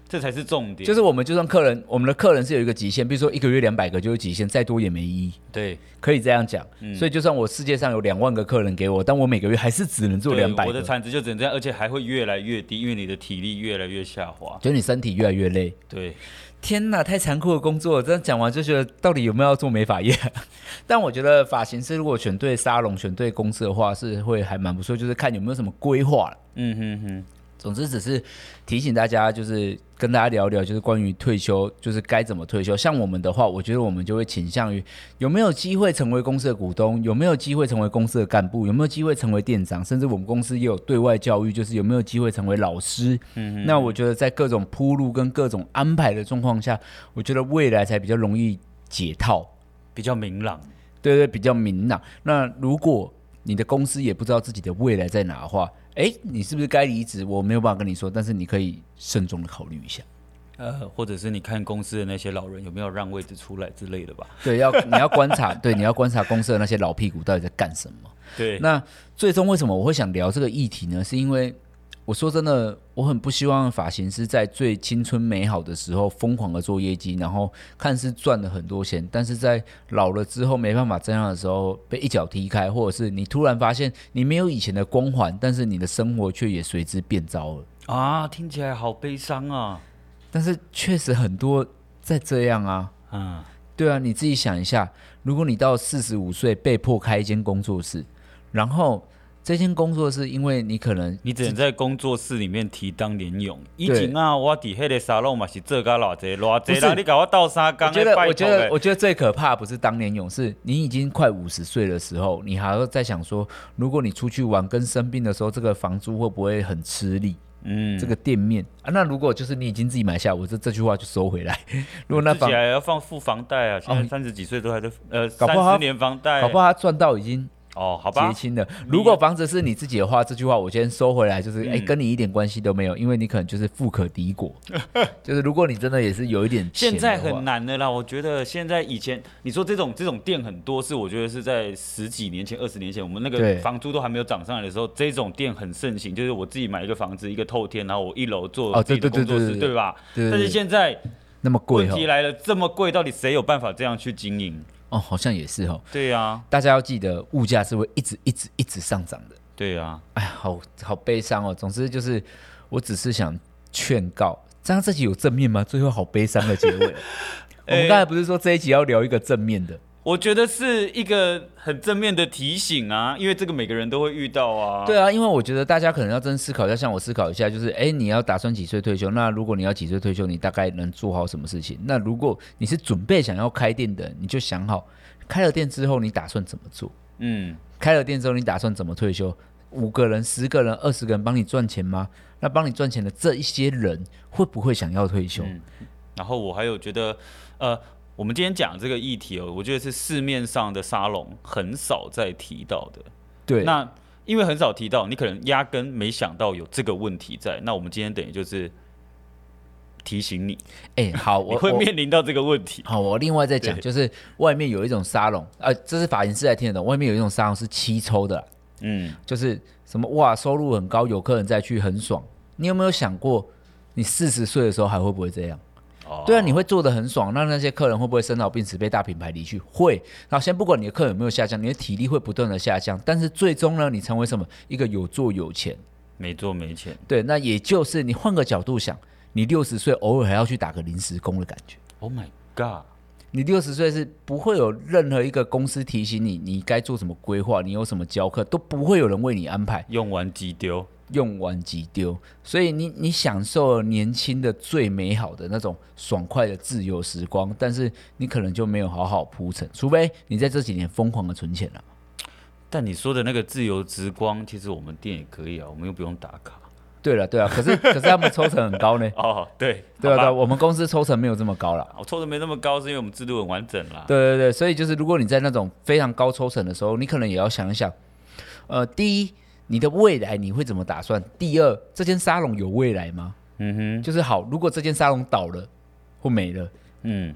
Speaker 2: 这才是重点，
Speaker 1: 就是我们就算客人，我们的客人是有一个极限，比如说一个月两百个就是极限，再多也没意义，
Speaker 2: 对，
Speaker 1: 可以这样讲。
Speaker 2: 嗯
Speaker 1: 所以就算我世界上有两万个客人给我，但我每个月还是只能做
Speaker 2: 对
Speaker 1: 两百
Speaker 2: 我的
Speaker 1: 个，
Speaker 2: 产值就只能这样，而且还会越来越低，因为你的体力越来越下滑，
Speaker 1: 就是你身体越来越累。
Speaker 2: 对，
Speaker 1: 天呐，太残酷的工作！这样讲完就觉得到底有没有要做美发业？ 但我觉得发型师如果选对沙龙、选对公司的话，是会还蛮不错，就是看有没有什么规划啦
Speaker 2: 嗯哼哼，
Speaker 1: 总之，只是提醒大家，就是跟大家聊一聊，就是关于退休，就是该怎么退休。像我们的话，我觉得我们就会倾向于有没有机会成为公司的股东，有没有机会成为公司的干部，有没有机会成为店长，甚至我们公司也有对外教育，就是有没有机会成为老师。嗯，那我觉得在各种铺路跟各种安排的状况下，我觉得未来才比较容易解套。
Speaker 2: 比较明朗，
Speaker 1: 对对，比较明朗。那如果你的公司也不知道自己的未来在哪的话，哎，你是不是该离职？我没有办法跟你说，但是你可以慎重的考虑一下。
Speaker 2: 呃，或者是你看公司的那些老人有没有让位置出来之类的吧，
Speaker 1: 对，要你要观察，对，你要观察公司的那些老屁股到底在干什么。
Speaker 2: 对，
Speaker 1: 那最终为什么我会想聊这个议题呢？是因为我说真的，我很不希望发型师在最青春美好的时候疯狂的做业绩，然后看似赚了很多钱，但是在老了之后没办法这样的时候被一脚踢开，或者是你突然发现你没有以前的光环，但是你的生活却也随之变糟了。
Speaker 2: 啊，听起来好悲伤啊，
Speaker 1: 但是确实很多在这样啊，
Speaker 2: 嗯。
Speaker 1: 对啊，你自己想一下，如果你到四十五岁被迫开一间工作室，然后这间工作室因为你可能
Speaker 2: 你只能在工作室里面提当年勇。以
Speaker 1: 对
Speaker 2: 前啊，我伫迄个沙龙嘛是做甲偌济偌济
Speaker 1: 不
Speaker 2: 啦，
Speaker 1: 是
Speaker 2: 你甲我斗三工啊
Speaker 1: 我觉得，
Speaker 2: 拜
Speaker 1: 我
Speaker 2: 托
Speaker 1: 觉得，
Speaker 2: 的。
Speaker 1: 我觉得最可怕不是当年勇士，你已经快五十岁的时候，你还要在想说，如果你出去玩跟生病的时候，这个房租会不会很吃力？
Speaker 2: 嗯，
Speaker 1: 这个店面啊，那如果就是你已经自己买下，我这这句话就收回来。如果那
Speaker 2: 自
Speaker 1: 房
Speaker 2: 己，还要放付房贷啊，现在三十几岁都还在呃
Speaker 1: 哦搞
Speaker 2: 三
Speaker 1: 不好
Speaker 2: 十年房贷，
Speaker 1: 搞不好他赚到已经
Speaker 2: 哦，好
Speaker 1: 结
Speaker 2: 吧，
Speaker 1: 清了。如果房子是你自己的话，这句话我先收回来，就是哎、
Speaker 2: 嗯
Speaker 1: 跟你一点关系都没有，因为你可能就是富可敌 国。就是如果你真的也是有一点钱
Speaker 2: 现
Speaker 1: 的
Speaker 2: 在
Speaker 1: 话
Speaker 2: 很难的啦。我觉得现在以前你说这种这种店很多是，我觉得是在十几年前、二十年前，我们那
Speaker 1: 对
Speaker 2: 个房租都还没有涨上来的时候，这种店很盛行。就是我自己买一个房子，一个透天，然后我一楼
Speaker 1: 哦
Speaker 2: 做
Speaker 1: 对
Speaker 2: 自己的
Speaker 1: 对
Speaker 2: 工
Speaker 1: 对
Speaker 2: 作室，
Speaker 1: 对对
Speaker 2: 对吧？
Speaker 1: 对对
Speaker 2: 但是
Speaker 1: 对
Speaker 2: 现在
Speaker 1: 那么贵
Speaker 2: 问
Speaker 1: 哦
Speaker 2: 题来了，这么贵，到底谁有办法这样去经营？
Speaker 1: 哦，好像也是哦。
Speaker 2: 对啊，
Speaker 1: 大家要记得，物价是会一直一直一直上涨的。
Speaker 2: 对啊，
Speaker 1: 哎，好好悲伤哦。总之就是，我只是想劝告，这样这集有正面吗？最后好悲伤的结尾哦。我们
Speaker 2: 哎哦
Speaker 1: 刚才不是说这一集要聊一个正面的？
Speaker 2: 我觉得是一个很正面的提醒啊，因为这个每个人都会遇到啊。
Speaker 1: 对啊，因为我觉得大家可能要真思考一下，像我思考一下，就是哎，你要打算几岁退休？那如果你要几岁退休，你大概能做好什么事情？那如果你是准备想要开店的，你就想好，开了店之后你打算怎么做？
Speaker 2: 嗯，
Speaker 1: 开了店之后，你打算怎么退休？五个人、十个人、二十个人帮你赚钱吗？那帮你赚钱的这一些人会不会想要退休？
Speaker 2: 嗯然后我还有觉得，呃，我们今天讲这个议题哦，我觉得是市面上的沙龙很少在提到的。
Speaker 1: 对，
Speaker 2: 那因为很少提到，你可能压根没想到有这个问题在。那我们今天等于就是提醒你，
Speaker 1: 哎、好，我
Speaker 2: 你会
Speaker 1: 我
Speaker 2: 面临到这个问题。
Speaker 1: 好，我另外再讲，
Speaker 2: 对
Speaker 1: 就是外面有一种沙龙，呃，这是发型师才听得懂，外面有一种沙龙是七抽的啦，
Speaker 2: 嗯，
Speaker 1: 就是什么哇，收入很高，有客人再去很爽。你有没有想过，你四十岁的时候还会不会这样？
Speaker 2: 哦
Speaker 1: 对啊，你会做的很爽，那那些客人会不会生老病死被大品牌离去？会。然后先不管你的客人有没有下降，你的体力会不断的下降，但是最终呢，你成为什么？一个有做有钱。
Speaker 2: 没做没钱。
Speaker 1: 对，那也就是你换个角度想，你六十岁偶尔还要去打个临时工的感觉。
Speaker 2: Oh my god！
Speaker 1: 你六十岁是不会有任何一个公司提醒你，你该做什么规划，你有什么教课，都不会有人为你安排，
Speaker 2: 用完即丢，
Speaker 1: 用完即丢。所以你你享受了年轻的最美好的那种爽快的自由时光，但是你可能就没有好好铺陈，除非你在这几年疯狂的存钱了。
Speaker 2: 但你说的那个自由之光，其实我们店也可以啊，我们又不用打卡。
Speaker 1: 对了，对啊， 可是可是他们抽成很高呢。
Speaker 2: 哦，对，
Speaker 1: 对啊，对
Speaker 2: 好
Speaker 1: 啊，
Speaker 2: 吧
Speaker 1: 我们公司抽成没有这么高啦。
Speaker 2: 我抽的没那么高，是因为我们制度很完整啦。
Speaker 1: 对对对，所以就是如果你在那种非常高抽成的时候，你可能也要想一想，呃，第一，你的未来你会怎么打算？第二，这间沙龙有未来吗？
Speaker 2: 嗯哼，
Speaker 1: 就是好，如果这间沙龙倒了或没了，
Speaker 2: 嗯，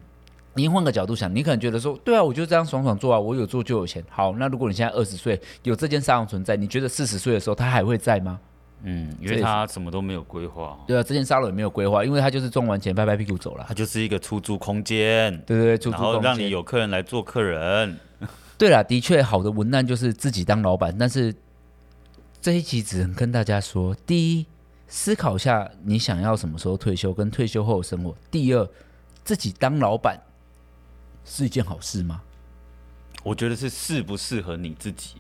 Speaker 1: 你换个角度想，你可能觉得说，对啊，我就这样爽爽做啊，我有做就有钱。好，那如果你现在二十岁有这间沙龙存在，你觉得四十岁的时候它还会在吗？
Speaker 2: 嗯，因
Speaker 1: 这也
Speaker 2: 为
Speaker 1: 是
Speaker 2: 他什么都没有规划，
Speaker 1: 对啊，这间沙龙也没有规划，因为它就是赚完钱拍拍屁股走了
Speaker 2: 它。就是一个出租空间，
Speaker 1: 对对对，出租
Speaker 2: 然后
Speaker 1: 空
Speaker 2: 让
Speaker 1: 间
Speaker 2: 你有客人来做客人。
Speaker 1: 对啦，的确，好的文案就是自己当老板，但是这一集只能跟大家说：第一，思考一下你想要什么时候退休，跟退休后的生活；第二，自己当老板是一件好事吗？
Speaker 2: 我觉得是适不适合你自己，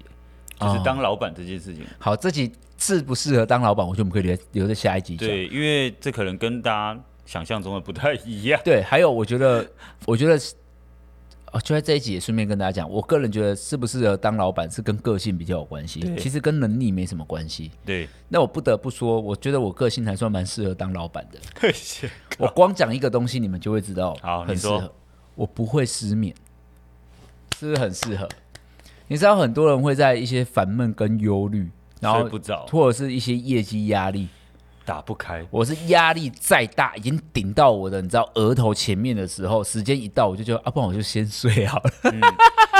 Speaker 2: 就是当老板这件事情。
Speaker 1: 好，自己适不适合当老板，我觉得我们可以留留在下一集讲。
Speaker 2: 对，因为这可能跟大家想象中的不太一样。
Speaker 1: 对，还有我觉得，我觉得，哦，就在这一集也顺便跟大家讲，我个人觉得适不适合当老板是跟个性比较有关系，
Speaker 2: 对
Speaker 1: 其实跟能力没什么关系。
Speaker 2: 对，
Speaker 1: 那我不得不说，我觉得我个性还算蛮适合当老 板的。
Speaker 2: 谢谢。
Speaker 1: 我光讲一个东西，你们就会知道，
Speaker 2: 好
Speaker 1: 很
Speaker 2: 你
Speaker 1: 适
Speaker 2: 说
Speaker 1: 合。我不会失眠，是不是很适合？你知道很多人会在一些烦闷跟忧虑，然后
Speaker 2: 睡不着
Speaker 1: 或者是一些业绩压力，
Speaker 2: 打不开，
Speaker 1: 我是压力再大，已经顶到我的，你知道额头前面的时候，时间一到，我就觉得啊，不然我就先睡 好了。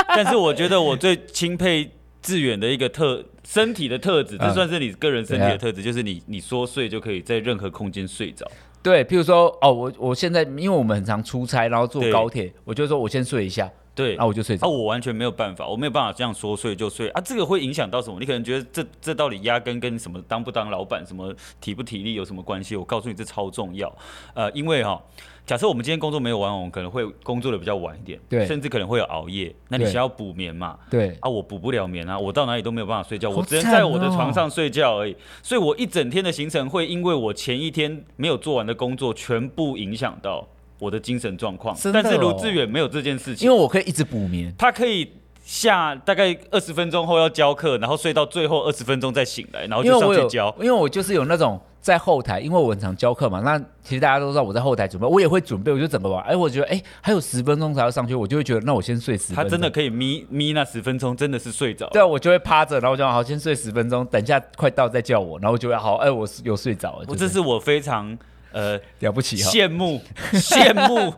Speaker 2: 但是我觉得我最钦佩志远的一个特身体的特质，
Speaker 1: 嗯
Speaker 2: 这算是你个人身体的特
Speaker 1: 啊
Speaker 2: 质，就是你你说睡就可以在任何空间睡着。
Speaker 1: 对，譬如说哦，我我现在因为我们很常出差，然后坐
Speaker 2: 对
Speaker 1: 高铁，我就说我先睡一下，
Speaker 2: 对，
Speaker 1: 啊，我就睡着
Speaker 2: 啊，。我完全没有办法，我没有办法这样说睡就睡啊，这个会影响到什么？你可能觉得这这到底压根跟什么当不当老板、什么体不体力有什么关系？我告诉你，这超重要。呃，因为哈、假设我们今天工作没有完，我们可能会工作的比较晚一点，
Speaker 1: 对
Speaker 2: 甚至可能会有熬夜。那你
Speaker 1: 对
Speaker 2: 想要补眠嘛？
Speaker 1: 对，
Speaker 2: 啊，我补不了眠啊，我到哪里都没有办法睡觉，
Speaker 1: 好
Speaker 2: 我只能
Speaker 1: 惨
Speaker 2: 在我的
Speaker 1: 哦
Speaker 2: 床上睡觉而已。所以我一整天的行程会因为我前一天没有做完的工作，全部影响到我的精神状况。
Speaker 1: 真的
Speaker 2: 但是卢
Speaker 1: 哦
Speaker 2: 志远没有这件事情
Speaker 1: 因。为我可以一直补眠。
Speaker 2: 他可以下大概二十分钟后要教课，然后睡到最后二十分钟再醒来，然后
Speaker 1: 因
Speaker 2: 哦就
Speaker 1: 为我
Speaker 2: 上去
Speaker 1: 有，
Speaker 2: 教。
Speaker 1: 因为我就是有那种在后台，因为我很常教课嘛。那其实大家都知道我在后台准备，我也会准备，我就整个玩。哎，我觉得哎还有十分钟才要上去，我就会觉得那我先睡十分
Speaker 2: 他
Speaker 1: 钟。
Speaker 2: 真的可以眯眯那十分钟，真的是睡着。
Speaker 1: 对啊，我就会趴着，然后我就好先睡十分钟，等一下快到再叫我，然后我就会好哎我有睡着了，就
Speaker 2: 我这是我非常 呃
Speaker 1: 了不起哈。
Speaker 2: 羡慕 羡慕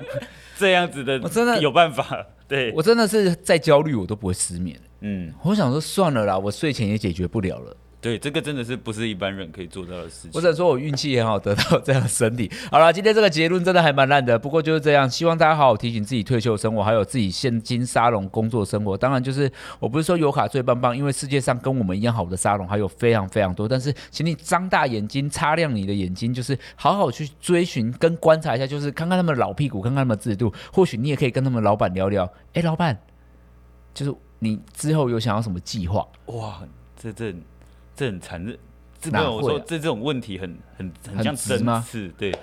Speaker 2: 这样子的，
Speaker 1: 我真的
Speaker 2: 有办法。对，
Speaker 1: 我真的是再焦虑我都不会失眠。
Speaker 2: 嗯，
Speaker 1: 我想说算了啦，我睡前也解决不了了。
Speaker 2: 对，这个真的是不是一般人可以做到的事
Speaker 1: 我
Speaker 2: 情。
Speaker 1: 只能说我运气很好，得到这样的身体。 好了，今天这个结论真的还蛮烂的，不过就是这样。希望大家好好提醒自己退休生活，还有自己现今沙龙工作生活。当然，就是我不是说油卡最棒棒，因为世界上跟我们一样好的沙龙还有非常非常多。但是，请你张大眼睛，擦亮你的眼睛，就是好好去追寻跟观察一下，就是看看他们的老屁股，看看他们的制度。或许你也可以跟他们老板聊聊。哎，老板，就是你之后有想要什么计划？
Speaker 2: 哇，这这这很残忍。这没
Speaker 1: 哪
Speaker 2: 有，我
Speaker 1: 会
Speaker 2: 说
Speaker 1: 啊
Speaker 2: 这这种问题很很很
Speaker 1: 很
Speaker 2: 像
Speaker 1: 直
Speaker 2: 针
Speaker 1: 吗
Speaker 2: 刺，对。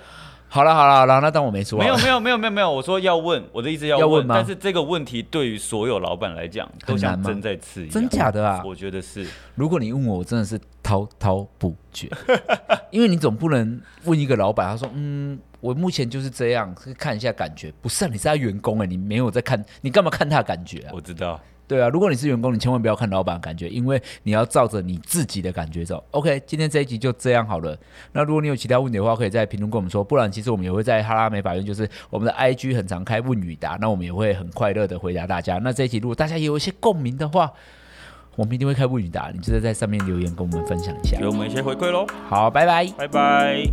Speaker 1: 好了好了好了，那当我没说好
Speaker 2: 没有
Speaker 1: 了
Speaker 2: 没有没有没有没有，我说要问，我的意思要
Speaker 1: 要问吗
Speaker 2: 但是这个问题对于所有老板来讲，都像
Speaker 1: 难吗
Speaker 2: 针在刺一样。
Speaker 1: 真假的啊？
Speaker 2: 我觉得是，
Speaker 1: 如果你问我，我真的是滔滔不绝， 因为你总不能问一个老板，他说：“嗯，我目前就是这样，看一下感觉。”不是、啊，你是他员工哎、你没有在看，你干嘛看他的感觉啊？
Speaker 2: 我知道。
Speaker 1: 对啊，如果你是员工，你千万不要看老板的感觉，因为你要照着你自己的感觉走。OK，今天这一集就这样好了。那如果你有其他问题的话，可以在评论跟我们说，不然其实我们也会在哈拉美法院，就是我们的 IG 很常开问与答，那我们也会很快乐的回答大家。那这一集如果大家也有一些共鸣的话，我们一定会开问与答，你就是在上面留言跟我们分享一下
Speaker 2: 给。我们一些回馈喽，
Speaker 1: 好，拜拜。
Speaker 2: 拜拜。